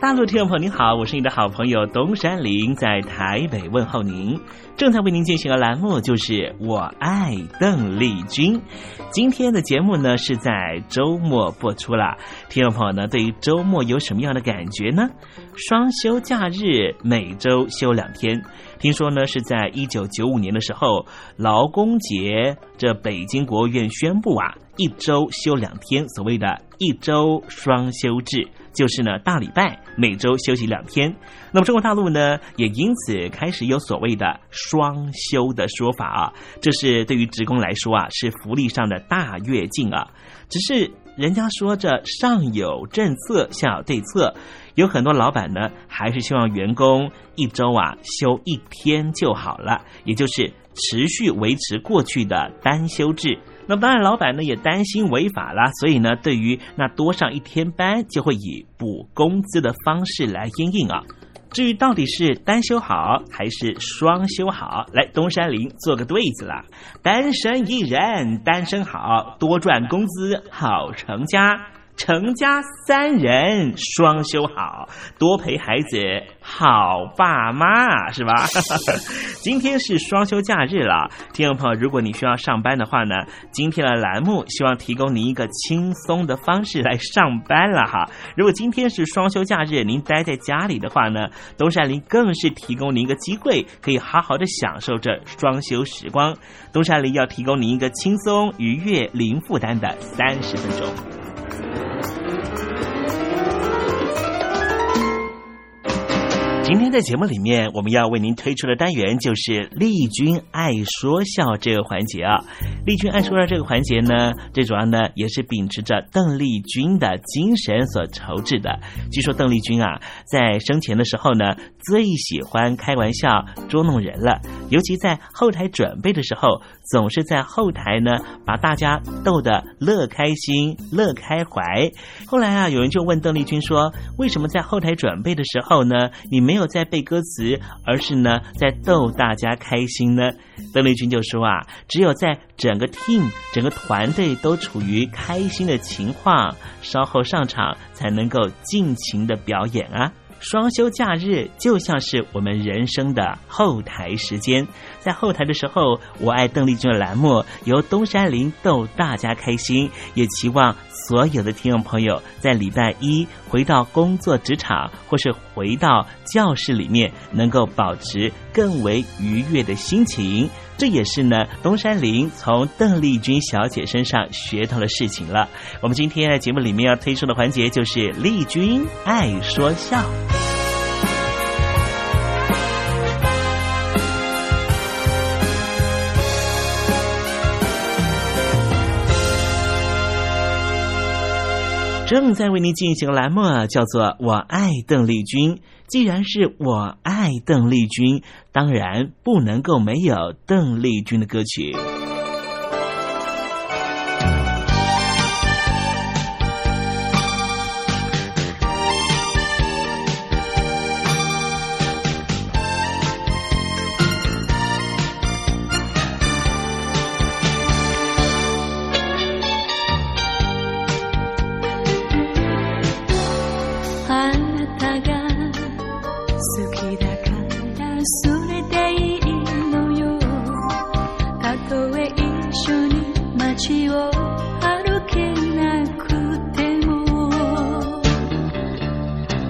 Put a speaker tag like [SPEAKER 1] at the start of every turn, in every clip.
[SPEAKER 1] 大陆听众朋友您好，我是你的好朋友东山林，在台北问候您。正在为您进行的栏目就是《我爱邓丽君》。今天的节目呢是在周末播出了。听众朋友呢，对于周末有什么样的感觉呢？双休假日每周休两天，听说呢是在一九九五年的时候，劳工节，这北京国务院宣布啊，一周休两天，所谓的一周双休制。就是呢，大礼拜每周休息两天。那么中国大陆呢，也因此开始有所谓的双休的说法啊。这是对于职工来说啊，是福利上的大跃进啊。只是人家说这上有政策，下有对策，有很多老板呢，还是希望员工一周啊休一天就好了，也就是持续维持过去的单休制。那当然，老板呢也担心违法啦，所以呢，对于那多上一天班，就会以补工资的方式来应应啊。至于到底是单休好还是双休好，来东山林做个对子啦。单身一人，单身好，多赚工资好成家；成家三人，双休好，多陪孩子好爸妈，是吧？ 今天是双休假日了，听众朋友，如果你需要上班的话呢，今天的栏目希望提供您一个轻松的方式来上班了哈。如果今天是双休假日，您待在家里的话呢，东山林更是提供您一个机会，可以好好的享受这双休时光。东山林要提供您一个轻松、愉悦、零负担的三十分钟。今天在节目里面，我们要为您推出的单元就是“丽君爱说笑”这个环节啊。丽君爱说笑这个环节呢，最主要呢也是秉持着邓丽君的精神所筹制的。据说邓丽君啊，在生前的时候呢，最喜欢开玩笑捉弄人了，尤其在后台准备的时候，总是在后台呢把大家逗得乐开心、乐开怀。后来啊，有人就问邓丽君说：“为什么在后台准备的时候呢，你没？”没有在背歌词，而是呢在逗大家开心呢。邓丽君就说啊，只有在整个 team、整个团队都处于开心的情况，稍后上场才能够尽情的表演啊。双休假日就像是我们人生的后台时间，在后台的时候，我爱邓丽君的栏目由东山林逗大家开心，也期望所有的听众朋友在礼拜一回到工作职场或是回到教室里面，能够保持更为愉悦的心情。这也是呢，东山林从邓丽君小姐身上学到的事情了。我们今天在节目里面要推出的环节就是丽君爱说笑。正在为您进行的栏目啊叫做《我爱邓丽君》。既然是我爱邓丽君，当然不能够没有邓丽君的歌曲。
[SPEAKER 2] あなたが好きだからそれでいいのよたとえ一緒に街を歩けなくても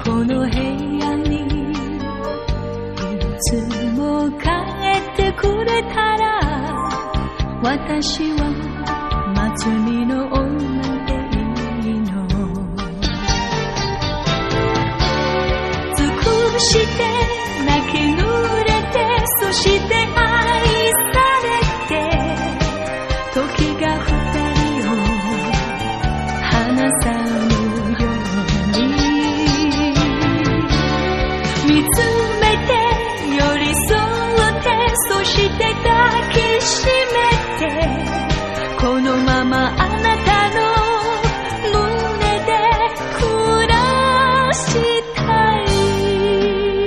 [SPEAKER 2] この部屋にいつも帰ってくれたら私は祭りの女でいいの尽くして泣き濡れてそして愛されて時が二人を離さぬように見つめて寄り添ってそして抱きしめてこのままあなたの胸で暮らしたい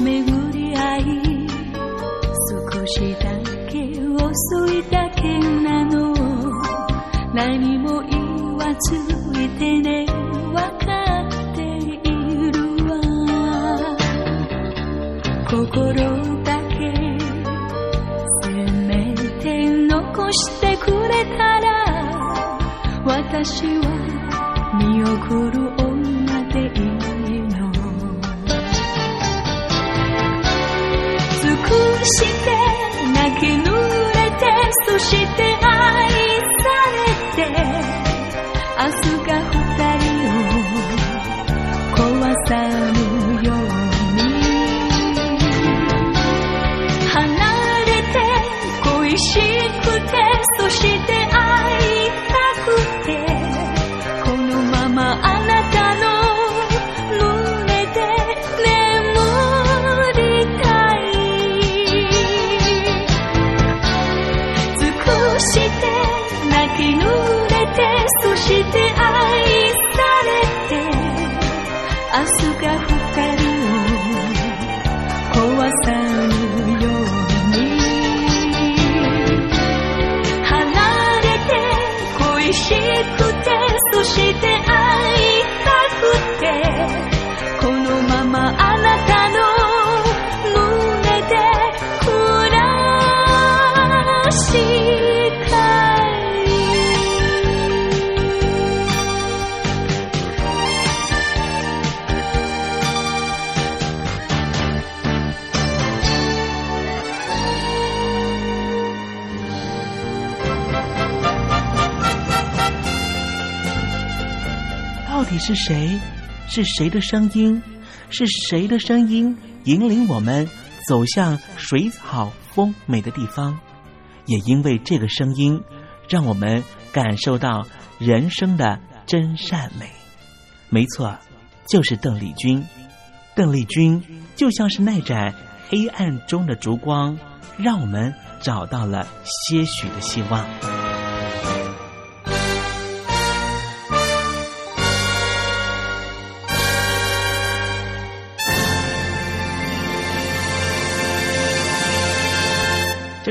[SPEAKER 2] 巡り合い少しだけ遅いだけなの何も言わずいてねわかっているわ心だけせめて残してくれたら私は見送る女でいいの尽くして泣き濡れてそして愛されて明日が二人を壊さぬように離れて恋しくてそして愛たくてこのままあなたの胸で眠りたい尽くして泣き濡れてそして愛されて明日が二人を壊さぬように離れて恋しくてそして会いたくてこのままあなたの胸で暮らしたい
[SPEAKER 1] 到底是谁？是谁的声音？是谁的声音引领我们走向水草丰美的地方？也因为这个声音，让我们感受到人生的真善美。没错，就是邓丽君。邓丽君就像是那盏黑暗中的烛光，让我们找到了些许的希望。这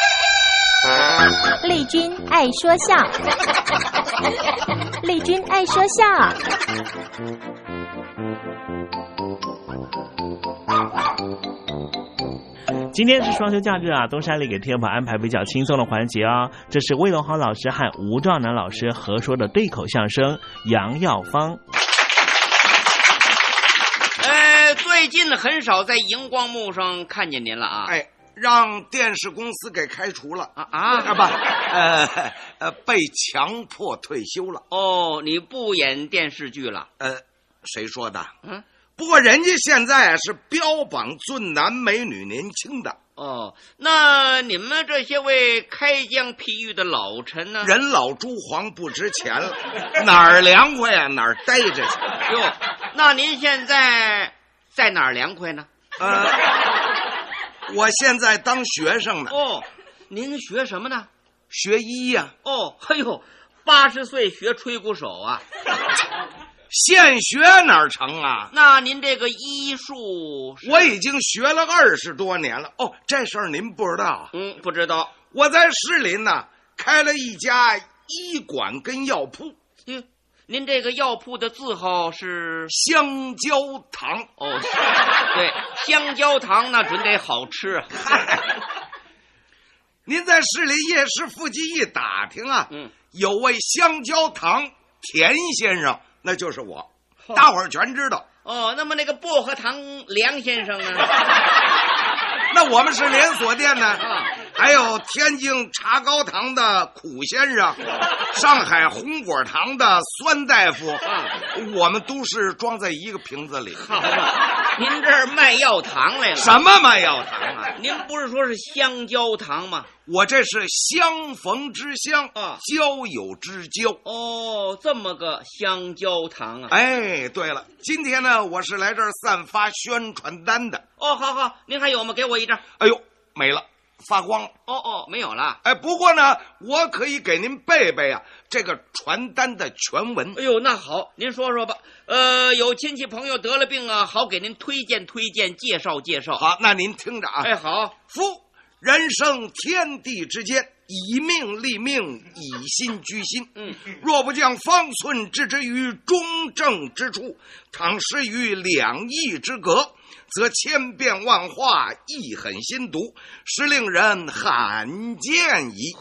[SPEAKER 3] 丽君爱说笑， 丽君爱说笑。
[SPEAKER 1] 今天是双休假日啊，东山里给天宝安排比较轻松的环节哦。这是魏龙豪老师和吴兆南老师合说的对口相声《杨耀芳》。
[SPEAKER 4] 呃，最近很少在荧光幕上看见您了啊。
[SPEAKER 5] 哎，让电视公司给开除了啊
[SPEAKER 4] 啊！
[SPEAKER 5] 不，呃呃，被强迫退休了。
[SPEAKER 4] 哦，你不演电视剧了？
[SPEAKER 5] 呃，谁说的？
[SPEAKER 4] 嗯。
[SPEAKER 5] 不过人家现在啊是标榜俊男美女年轻的
[SPEAKER 4] 哦，那你们这些位开疆辟域的老臣呢？
[SPEAKER 5] 人老珠黄不值钱 了，哪儿凉快啊哪儿待着去。
[SPEAKER 4] 哟，那您现在在哪儿凉快呢？
[SPEAKER 5] 呃，我现在当学生呢。
[SPEAKER 4] 哦，您学什么呢？
[SPEAKER 5] 学医呀、
[SPEAKER 4] 啊。哦，哎呦，八十岁学吹鼓手啊。
[SPEAKER 5] 现学哪成啊？
[SPEAKER 4] 那您这个医术，
[SPEAKER 5] 我已经学了二十多年了。哦，这事儿您不知道？啊
[SPEAKER 4] 嗯，不知道。
[SPEAKER 5] 我在市林呢、啊、开了一家医馆跟药铺。
[SPEAKER 4] 嗯，您这个药铺的字号是
[SPEAKER 5] 香蕉糖。
[SPEAKER 4] 哦，对，香蕉糖那准得好吃啊。
[SPEAKER 5] 您在市林夜市附近一打听啊，
[SPEAKER 4] 嗯，
[SPEAKER 5] 有位香蕉糖田先生。那就是我，大伙儿全知道。
[SPEAKER 4] 哦，那么那个薄荷糖梁先生啊呢？
[SPEAKER 5] 那我们是连锁店呢。
[SPEAKER 4] 啊、
[SPEAKER 5] 还有天津茶膏堂的苦先生，上海红果堂的酸大夫，
[SPEAKER 4] 啊、
[SPEAKER 5] 我们都是装在一个瓶子里。
[SPEAKER 4] 好啊您这儿卖药糖来了？
[SPEAKER 5] 什么卖药糖啊？
[SPEAKER 4] 您不是说是香蕉糖吗？
[SPEAKER 5] 我这是相逢之相
[SPEAKER 4] 啊，
[SPEAKER 5] 交友之交。
[SPEAKER 4] 哦，这么个香蕉糖啊！
[SPEAKER 5] 哎，对了，今天呢，我是来这儿散发宣传单的。
[SPEAKER 4] 哦，好好，您还有吗？给我一张。
[SPEAKER 5] 哎呦，没了，发光了。
[SPEAKER 4] 哦哦，没有了。
[SPEAKER 5] 哎，不过呢，我可以给您背背啊这个传单的全文。
[SPEAKER 4] 哎呦，那好，您说说吧。呃，有亲戚朋友得了病啊，好给您推荐推荐，介绍介绍。
[SPEAKER 5] 好，那您听着啊。
[SPEAKER 4] 哎，好，
[SPEAKER 5] 夫。人生天地之间，以命立命，以心居心。
[SPEAKER 4] 嗯，
[SPEAKER 5] 若不将方寸置之于中正之处，倘失于两翼之隔，则千变万化，一狠心毒，实令人罕见矣。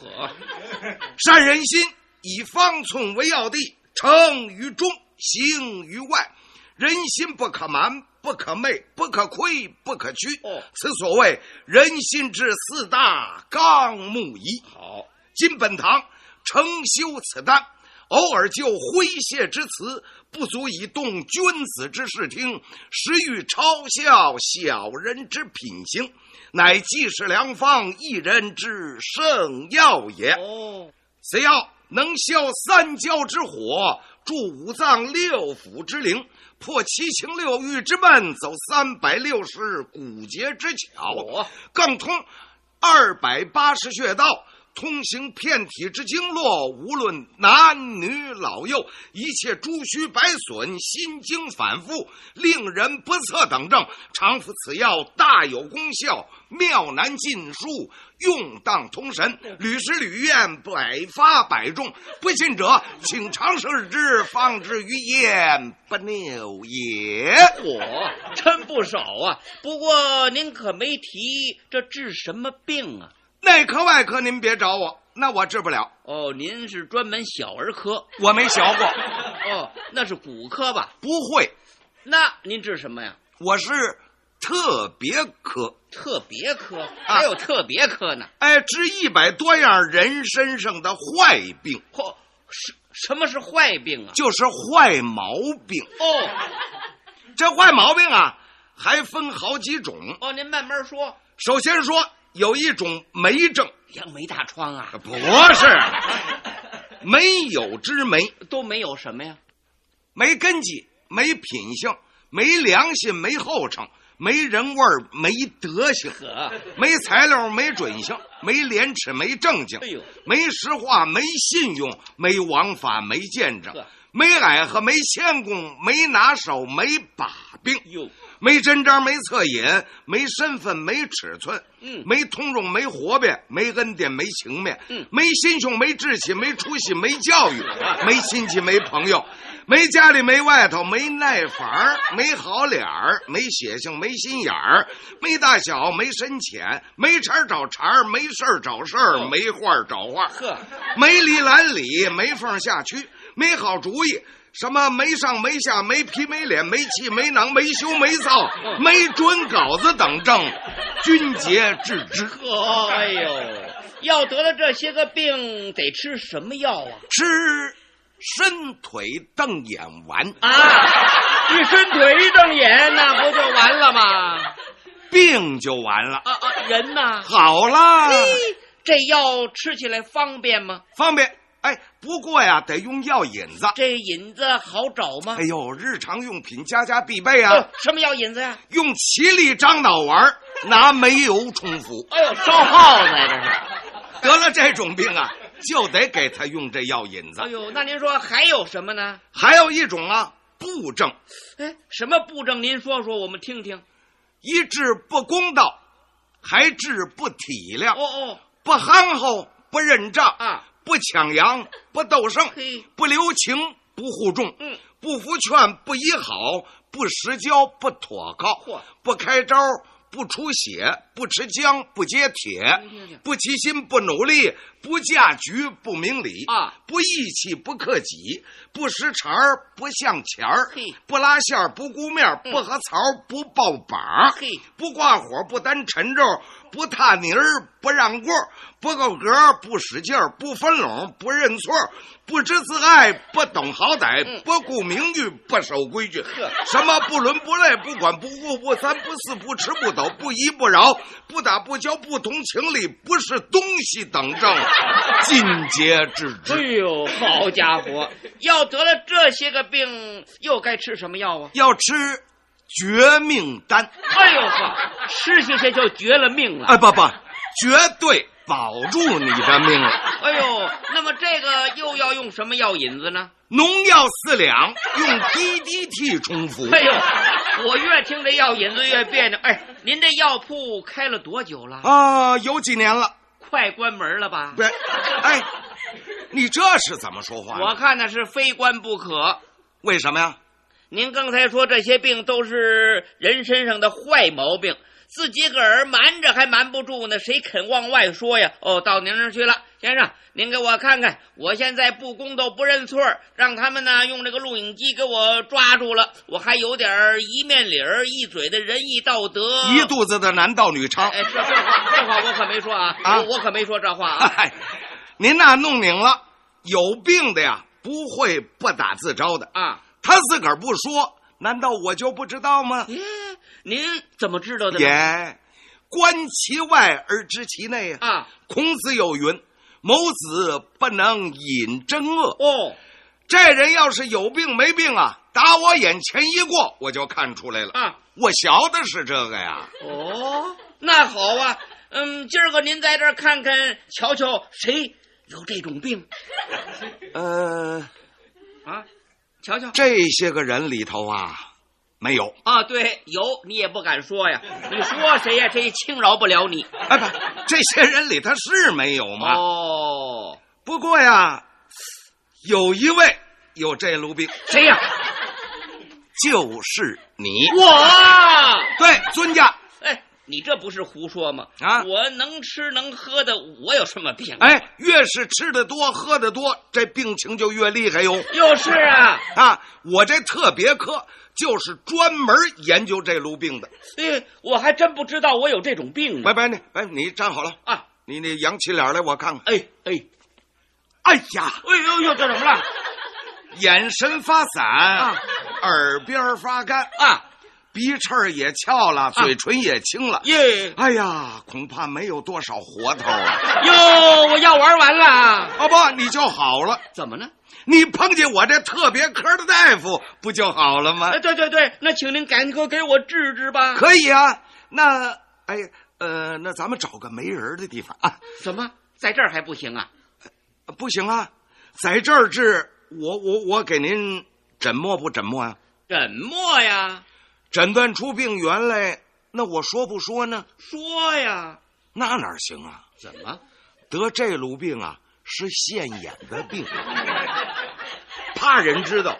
[SPEAKER 5] 善人心，以方寸为要地，成于中，行于外。人心不可瞒。不可昧，不可亏，不可屈。
[SPEAKER 4] 哦，
[SPEAKER 5] 此所谓人心之四大纲目矣。
[SPEAKER 4] 好，
[SPEAKER 5] 今本堂诚修此丹，偶尔就诙谐之词，不足以动君子之视听，实欲嘲笑小人之品行，乃济世良方，一人之圣药也。
[SPEAKER 4] 哦，
[SPEAKER 5] 此药能消三焦之火。助五脏六腑之灵，破七情六欲之闷，走三百六十骨节之巧，更通二百八十穴道，通行遍体之经络。无论男女老幼，一切诸虚百损、心经反复、令人不测等症，常服此药大有功效，妙难尽数。用当通神，屡试屡验，百发百中。不信者，请尝试之，方知于焉不谬也。
[SPEAKER 4] 嚯，真不少啊！不过您可没提这治什么病啊？
[SPEAKER 5] 内科、外科，您别找我，那我治不了。
[SPEAKER 4] 哦，您是专门小儿科，
[SPEAKER 5] 我没学过。
[SPEAKER 4] 哦，那是骨科吧？
[SPEAKER 5] 不会。
[SPEAKER 4] 那您治什么呀？
[SPEAKER 5] 我是。特别科，
[SPEAKER 4] 特别科还有特别科呢？
[SPEAKER 5] 哎、啊，治一百多样人身上的坏病。
[SPEAKER 4] 嚯、哦，什什么是坏病啊？
[SPEAKER 5] 就是坏毛病。
[SPEAKER 4] 哦，
[SPEAKER 5] 这坏毛病啊，还分好几种。
[SPEAKER 4] 哦，您慢慢说。
[SPEAKER 5] 首先说，有一种霉症，
[SPEAKER 4] 杨梅大疮啊？
[SPEAKER 5] 不是，没有之霉，
[SPEAKER 4] 都没有什么呀？
[SPEAKER 5] 没根基，没品性，没良心，没后程。没人味儿，没德行，没材料，没准性，没廉耻，没正经，没实话，没信用，没王法，没见证，没矮和，没谦恭，没拿手，没把柄。没针扎，没恻隐，没身份，没尺寸，
[SPEAKER 4] 嗯，
[SPEAKER 5] 没通融，没活变，没恩典，没情面，
[SPEAKER 4] 嗯，
[SPEAKER 5] 没心胸，没志气，没出息，没教育，没亲戚，没朋友，没家里，没外头，没耐烦儿，没好脸儿，没血性，没心眼儿，没大小，没深浅，没茬儿找茬儿，没事儿找事儿，没话儿找话儿，
[SPEAKER 4] 哦呵，
[SPEAKER 5] 没里懒理，没缝儿下去，没好主意。什么没上没下没皮没脸没气没囊没羞没 臊没准稿子等症，均皆治之。
[SPEAKER 4] 呵，哎呦，要得了这些个病，得吃什么药啊？
[SPEAKER 5] 吃伸腿瞪眼丸
[SPEAKER 4] 啊，一伸腿一瞪眼，那不就完了吗？
[SPEAKER 5] 病就完了。
[SPEAKER 4] 啊啊，人呢？
[SPEAKER 5] 好啦，
[SPEAKER 4] 嘿这药吃起来方便吗？
[SPEAKER 5] 方便。哎，不过呀，得用药引子。
[SPEAKER 4] 这引子好找吗？
[SPEAKER 5] 哎呦，日常用品家家必备
[SPEAKER 4] 哦
[SPEAKER 5] 啊！
[SPEAKER 4] 什么药引子呀？
[SPEAKER 5] 用奇力樟脑丸儿拿煤油冲服。
[SPEAKER 4] 哎呦，烧耗子呀，这是。
[SPEAKER 5] 得了这种病啊，就得给他用这药引子
[SPEAKER 4] 哎。呦，那您说还有什么呢？
[SPEAKER 5] 还有一种啊，布症，
[SPEAKER 4] 哎，什么布政？您说说，我们听听。
[SPEAKER 5] 一治不公道，还治不体
[SPEAKER 4] 哦
[SPEAKER 5] 谅，
[SPEAKER 4] 哦，
[SPEAKER 5] 不憨厚，不认账
[SPEAKER 4] 啊，
[SPEAKER 5] 不 抢羊，不斗胜，
[SPEAKER 4] 嘿，
[SPEAKER 5] 不留情，不护众，
[SPEAKER 4] 嗯，
[SPEAKER 5] 不服劝，不依好，不实交，不妥告
[SPEAKER 4] 嚯，
[SPEAKER 5] 不开招，不出血，不持缰，不接铁
[SPEAKER 4] 您听听，
[SPEAKER 5] 不齐心，不努力，不嫁局，不明理
[SPEAKER 4] 啊，
[SPEAKER 5] 不义气，不克己，不识茬儿，不向前儿
[SPEAKER 4] 嘿，
[SPEAKER 5] 不拉线儿，不顾面儿，
[SPEAKER 4] 嗯
[SPEAKER 5] 不合槽儿，不抱板儿
[SPEAKER 4] 嘿，
[SPEAKER 5] 不挂火，不担沉重，不踏泥儿，不让过儿，不够格儿，不使劲儿，不分拢，不认错儿，不知自爱，不懂好歹，
[SPEAKER 4] 嗯
[SPEAKER 5] 不顾名誉，不守规矩，什么不伦不类，不管不顾，不三不四，不吃不抖，不依不饶，不打不交，不同情理，不是东西等症，尽皆治
[SPEAKER 4] 哎
[SPEAKER 5] 之。
[SPEAKER 4] 呦，好家伙，要得了这些个病，又该吃什么药啊？
[SPEAKER 5] 要吃绝命丹。
[SPEAKER 4] 哎呦呵，吃下去就绝了命了。
[SPEAKER 5] 哎，不不，绝对保住你的命。
[SPEAKER 4] 哎呦，那么这个又要用什么药引子呢？
[SPEAKER 5] 农药四两，用 DDT 冲服。
[SPEAKER 4] 哎呦， 我越听这药引子越别扭。哎，您这药铺开了多久了？
[SPEAKER 5] 啊，有几年了？
[SPEAKER 4] 快关门了吧
[SPEAKER 5] 不？是，哎，你这是怎么说话呢？
[SPEAKER 4] 我看那是非关不可。
[SPEAKER 5] 为什么呀？
[SPEAKER 4] 您刚才说这些病都是人身上的坏毛病，自己个儿瞒着还瞒不住呢，谁肯往外说呀？哦，到您那儿去了，先生，您给我看看，我现在不公道不认错儿，让他们呢用这个录影机给我抓住了，我还有点儿一面理儿一嘴的仁义道德。
[SPEAKER 5] 一肚子的男盗女娼。
[SPEAKER 4] 呃哎，这这话这话我可没说啊，
[SPEAKER 5] 啊
[SPEAKER 4] 我我可没说这话啊。
[SPEAKER 5] 哎，您呐弄拧了，有病的呀不会不打自招的。
[SPEAKER 4] 啊，
[SPEAKER 5] 他自个儿不说，难道我就不知道吗？
[SPEAKER 4] 耶，您怎么知道的呢？
[SPEAKER 5] 也，观其外而知其内呀、
[SPEAKER 4] 啊，
[SPEAKER 5] 孔子有云：“谋子不能引真恶。”
[SPEAKER 4] 哦，
[SPEAKER 5] 这人要是有病没病啊，打我眼前一过，我就看出来了。
[SPEAKER 4] 啊。
[SPEAKER 5] 我学的是这个呀，
[SPEAKER 4] 哦，那好啊，嗯，今儿个您在这儿看看，瞧瞧谁有这种病
[SPEAKER 5] 呃，
[SPEAKER 4] 啊？瞧瞧
[SPEAKER 5] 这些个人里头啊，没有。
[SPEAKER 4] 啊，对，有你也不敢说呀，你说谁呀、谁轻饶不了你。
[SPEAKER 5] 哎，不，这些人里他是没有吗？
[SPEAKER 4] 哦，
[SPEAKER 5] 不过呀，有一位有这路病，
[SPEAKER 4] 谁 呀、
[SPEAKER 5] 就是你。
[SPEAKER 4] 我。
[SPEAKER 5] 对，尊家，
[SPEAKER 4] 哎，你这不是胡说吗？
[SPEAKER 5] 啊
[SPEAKER 4] 我能吃能喝的，我有什么病？，
[SPEAKER 5] 哎，越是吃的多，喝的多，这病情就越厉害哟。
[SPEAKER 4] 就是啊，
[SPEAKER 5] 啊，我这特别科就是专门研究这路病的。
[SPEAKER 4] 哎，我还真不知道我有这种病呢
[SPEAKER 5] 拜。拜你，拜你站好了，
[SPEAKER 4] 啊，
[SPEAKER 5] 你那扬起脸来，我看看。
[SPEAKER 4] 哎哎，
[SPEAKER 5] 哎呀，
[SPEAKER 4] 哎呦呦，这怎么了？
[SPEAKER 5] 眼神发散，
[SPEAKER 4] 啊
[SPEAKER 5] 耳边发干，
[SPEAKER 4] 啊，
[SPEAKER 5] 鼻翅儿也翘了，嘴唇也青了。
[SPEAKER 4] 耶。
[SPEAKER 5] 哎呀，恐怕没有多少活头啊！
[SPEAKER 4] 哟，我药丸完了，
[SPEAKER 5] 啊不，你就好了。
[SPEAKER 4] 怎么呢？
[SPEAKER 5] 你碰见我这特别科的大夫，不就好了吗
[SPEAKER 4] 哎，？对对对，那请您赶快给我治治吧。
[SPEAKER 5] 可以啊。那，哎，呃，那咱们找个没人的地方啊。
[SPEAKER 4] 什么，在这儿还不行啊？
[SPEAKER 5] 不行啊，在这儿治，我我我给您诊末不诊末呀、啊
[SPEAKER 4] 怎么呀？
[SPEAKER 5] 诊断出病源来，那我说不说呢？
[SPEAKER 4] 说呀，
[SPEAKER 5] 那哪行啊？
[SPEAKER 4] 怎么
[SPEAKER 5] 得这炉病啊？是现眼的病，怕人知道。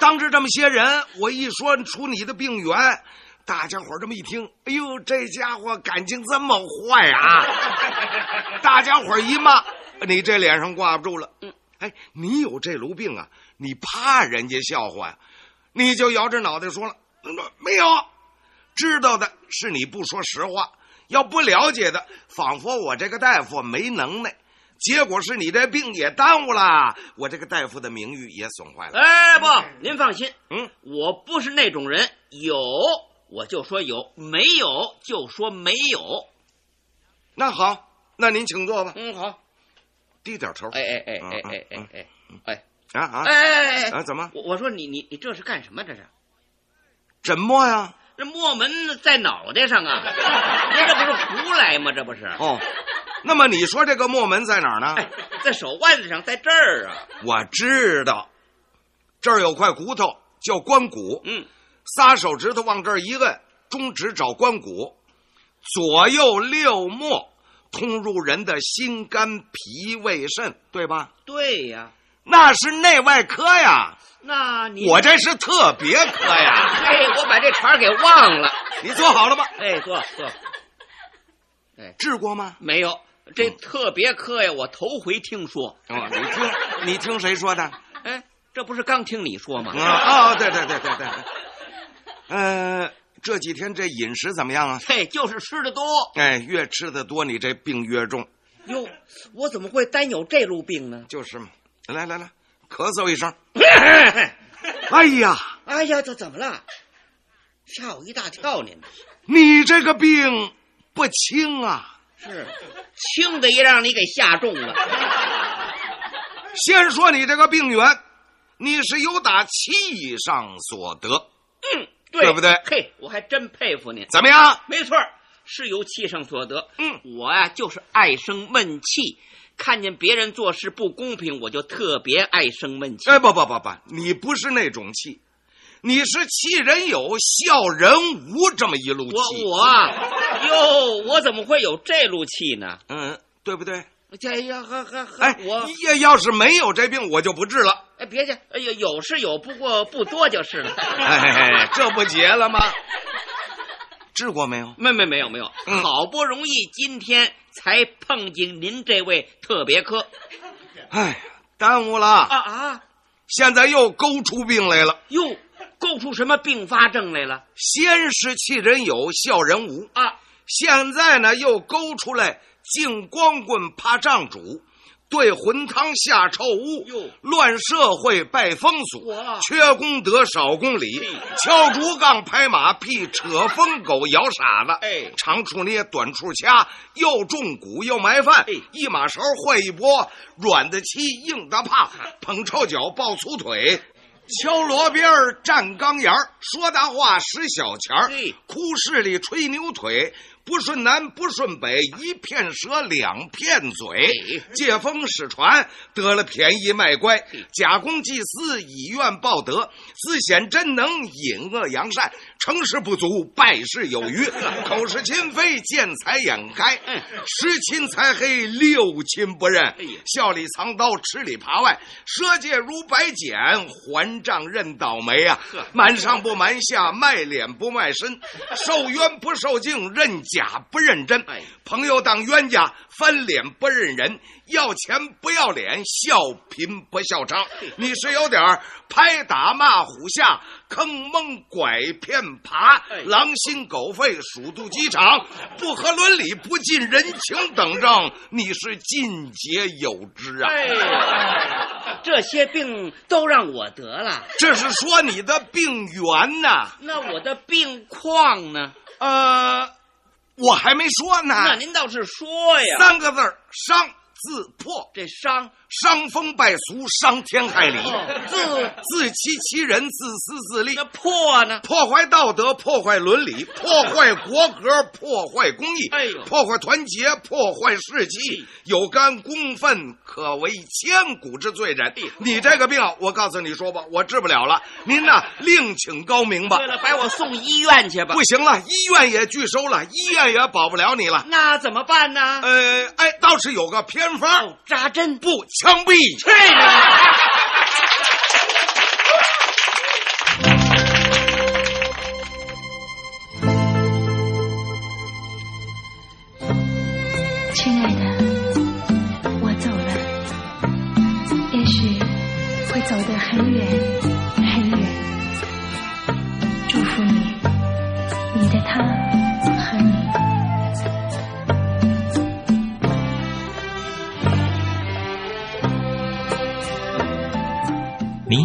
[SPEAKER 5] 当着这么些人，我一说出你的病源，大家伙这么一听，哎呦，这家伙感情这么坏啊！大家伙一骂，你这脸上挂不住了。哎，你有这炉病啊？你怕人家笑话呀、你就摇着脑袋说了，嗯没有。知道的是你不说实话，要不了解的，仿佛我这个大夫没能耐。结果是你这病也耽误了，我这个大夫的名誉也损坏了。
[SPEAKER 4] 哎，不，您放心，
[SPEAKER 5] 嗯，
[SPEAKER 4] 我不是那种人，有我就说有，没有就说没有。
[SPEAKER 5] 那好，那您请坐吧，
[SPEAKER 4] 嗯，好。
[SPEAKER 5] 低点头。嗯
[SPEAKER 4] 哎哎哎哎哎哎哎哎
[SPEAKER 5] 啊啊！
[SPEAKER 4] 哎哎哎！
[SPEAKER 5] 啊怎么
[SPEAKER 4] 我我说你你你这是干什么？这是
[SPEAKER 5] 怎么呀？
[SPEAKER 4] 这墨门在脑袋上 啊！您这不是胡来吗？这不是？
[SPEAKER 5] 哦，那么你说这个墨门在哪儿呢？
[SPEAKER 4] 哎，在手腕子上，在这儿啊！
[SPEAKER 5] 我知道，这儿有块骨头叫关骨，
[SPEAKER 4] 嗯，
[SPEAKER 5] 仨手指头往这儿一摁，中指找关骨，左右六末通入人的心肝脾胃肾，对吧？
[SPEAKER 4] 对呀，
[SPEAKER 5] 那是内外科呀，
[SPEAKER 4] 那你
[SPEAKER 5] 我这是特别 科呀。
[SPEAKER 4] 哎，我把这茬儿给忘了。
[SPEAKER 5] 你做好了吗？
[SPEAKER 4] 哎，坐坐。哎，
[SPEAKER 5] 治过吗？
[SPEAKER 4] 没有，这特别科呀，我头回听说。
[SPEAKER 5] 哦，你听，你听谁说的？啊
[SPEAKER 4] 哎，这不是刚听你说吗？
[SPEAKER 5] 哦，对对对对对。呃，这几天这饮食怎么样啊？
[SPEAKER 4] 嘿，就是吃的多
[SPEAKER 5] 哎，越吃的多，你这病越重。
[SPEAKER 4] 哟，我怎么会单有这路病 呢？
[SPEAKER 5] 就是嘛，来来来，咳嗽一声。
[SPEAKER 4] 哎
[SPEAKER 5] 哎呀，
[SPEAKER 4] 呀，这怎么了？吓我一大跳！您
[SPEAKER 5] 你这个病不轻啊！
[SPEAKER 4] 是轻的也让你给吓中了。
[SPEAKER 5] 先说你这个病源，你是由打气上所得，
[SPEAKER 4] 嗯，
[SPEAKER 5] 对不对
[SPEAKER 4] 嘿，我还真佩服您。
[SPEAKER 5] 怎么样？
[SPEAKER 4] 没错儿，是由气上所得。
[SPEAKER 5] 嗯
[SPEAKER 4] 我呀、就是爱生闷气，看见别人做事不公平，我就特别爱生闷气。
[SPEAKER 5] 哎，不不不不，你不是那种气，你是气人有，笑人无这么一路气。
[SPEAKER 4] 我我啊哟，我怎么会有这路气呢？
[SPEAKER 5] 嗯，对不对？
[SPEAKER 4] 这呀，呵呵呵，
[SPEAKER 5] 哎，
[SPEAKER 4] 我
[SPEAKER 5] 要要是没有这病，我就不治了。
[SPEAKER 4] 哎别介，哎有有是有，不过不多就是了。
[SPEAKER 5] 哎，这不结了吗？治过没有？
[SPEAKER 4] 没没没有没有，
[SPEAKER 5] 嗯
[SPEAKER 4] 好不容易今天才碰见您这位特别科
[SPEAKER 5] 哎，耽误了。
[SPEAKER 4] 啊啊
[SPEAKER 5] 现在又勾出病来了。
[SPEAKER 4] 哟，勾出什么并发症来了
[SPEAKER 5] 先是气人有，笑人无，
[SPEAKER 4] 啊？
[SPEAKER 5] 现在呢又勾出来净光棍怕丈主，对混汤下臭屋
[SPEAKER 4] 哟，
[SPEAKER 5] 乱社会拜风俗
[SPEAKER 4] 哇，
[SPEAKER 5] 缺功德少公理
[SPEAKER 4] 嘿，
[SPEAKER 5] 敲竹杠拍马屁，扯疯狗摇傻子，
[SPEAKER 4] 哎
[SPEAKER 5] 长处捏短处掐，又中蛊又埋饭
[SPEAKER 4] 哎，
[SPEAKER 5] 一马勺换一波，软的欺硬的怕，捧臭脚抱粗腿。敲锣边儿站钢沿儿，说大话使小钱儿
[SPEAKER 4] 嘿，
[SPEAKER 5] 哭市里吹牛腿，不顺南不顺北，一片舌两片嘴
[SPEAKER 4] 嘿，
[SPEAKER 5] 借风使船，得了便宜卖乖，假公济私以怨报德，自显真能引恶扬善，成事不足败事有 余，口是心非见财眼开
[SPEAKER 4] 嗯，
[SPEAKER 5] 十亲才黑六亲不认
[SPEAKER 4] 哎呀，
[SPEAKER 5] 笑里藏刀，吃里扒外，赊借如白捡，还账认倒霉啊
[SPEAKER 4] 呵！
[SPEAKER 5] 瞒上不瞒下，卖脸不卖身，受冤不受敬，认假不认真
[SPEAKER 4] 哎。
[SPEAKER 5] 朋友当冤家，翻脸不认人，要钱不要脸，笑贫不笑娼。你是有点儿拍打骂虎下，坑蒙拐骗爬
[SPEAKER 4] 哎，
[SPEAKER 5] 狼心狗肺，鼠肚鸡肠，不合伦理，不近人情等症，你是尽皆有之啊！
[SPEAKER 4] 哎，这些病都让我得了，
[SPEAKER 5] 这是说你的病源呐、
[SPEAKER 4] 那我的病况呢？
[SPEAKER 5] 呃，我还没说呢。
[SPEAKER 4] 那您倒是说呀，
[SPEAKER 5] 三个字儿：伤自破。
[SPEAKER 4] 这伤
[SPEAKER 5] 伤风败俗，伤天害理，
[SPEAKER 4] 自
[SPEAKER 5] 自欺欺人，自私自利。
[SPEAKER 4] 哦那破呢？
[SPEAKER 5] 破坏道德，破坏 伦理，破坏国格，破坏公义，
[SPEAKER 4] 哎呦哎
[SPEAKER 5] 破坏团结，破坏士气，有干公愤，可为千古之罪
[SPEAKER 4] 哎
[SPEAKER 5] 人。你这个病，我告诉你说吧，我治不了了。您呐，另请高明吧
[SPEAKER 4] 对。了，把我送医院去吧。
[SPEAKER 5] 不行了，医院也拒收了，医院也保不了你了。
[SPEAKER 4] 那怎么办呢？哦
[SPEAKER 5] 呃，哎，倒是有个偏方，
[SPEAKER 4] 扎针
[SPEAKER 5] 不枪毙。
[SPEAKER 4] 去你的！
[SPEAKER 2] 亲爱的，我走了，也许会走得很远很远。祝福你，你的他和你。
[SPEAKER 6] 您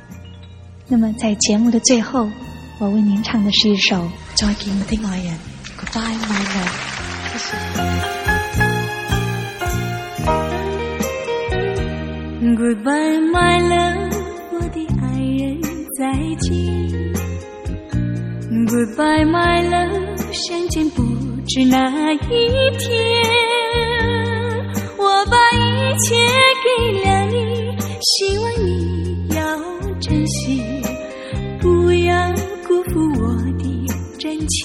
[SPEAKER 2] 那么在节目的最后，我为您唱的是一首《再见我的爱人》，Goodbye my love。
[SPEAKER 7] Goodbye my love，我的爱人再见。Goodbye my love，相见不知哪一天。我把一切给了你，希望你要珍惜，不要辜负我的真情。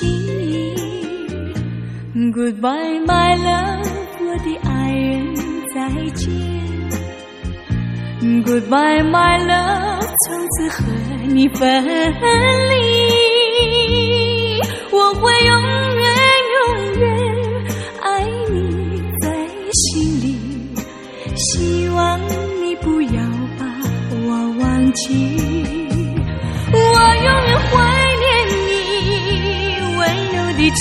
[SPEAKER 7] Goodbye my love，我的爱人再见。Goodbye, my love，从此和你分离。我会永远永远爱你在心里，希望你不要把我忘记。我永远怀念你温柔的情，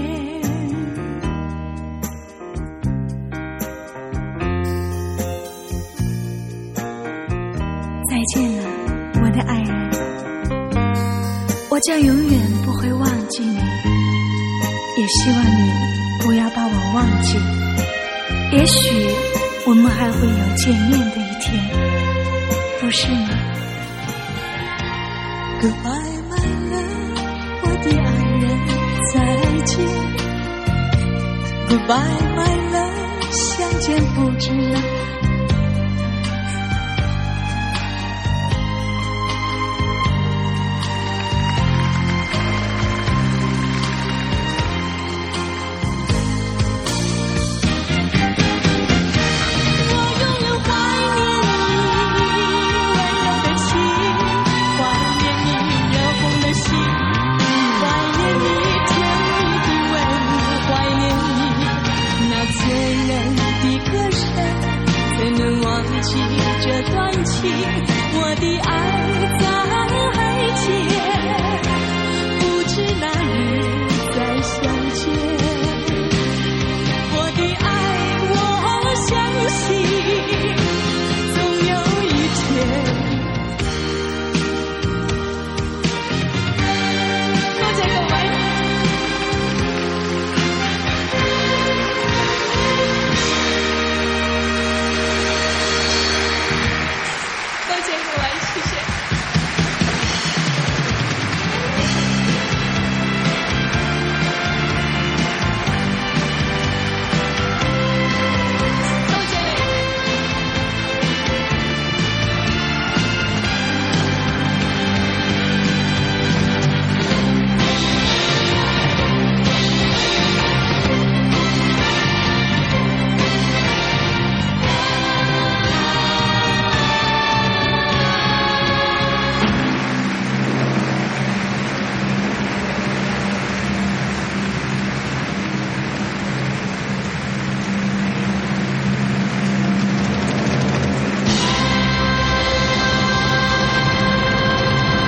[SPEAKER 2] 再见了，我的爱人，我将永远不会忘记你，也希望你不要把我忘记。也许我们还会有见面的一天，不是吗
[SPEAKER 7] ？Goodbye, my love，我的爱人，再见。Goodbye, my love，相见不知哪。我永远怀念你温柔的情，怀念你热红的心，怀念你甜蜜的吻，怀念你那醉人的歌声，怎能忘记这段情？我的爱再见，不知哪日再相见。我的爱，我相信总有一天。多谢各位。多谢各位。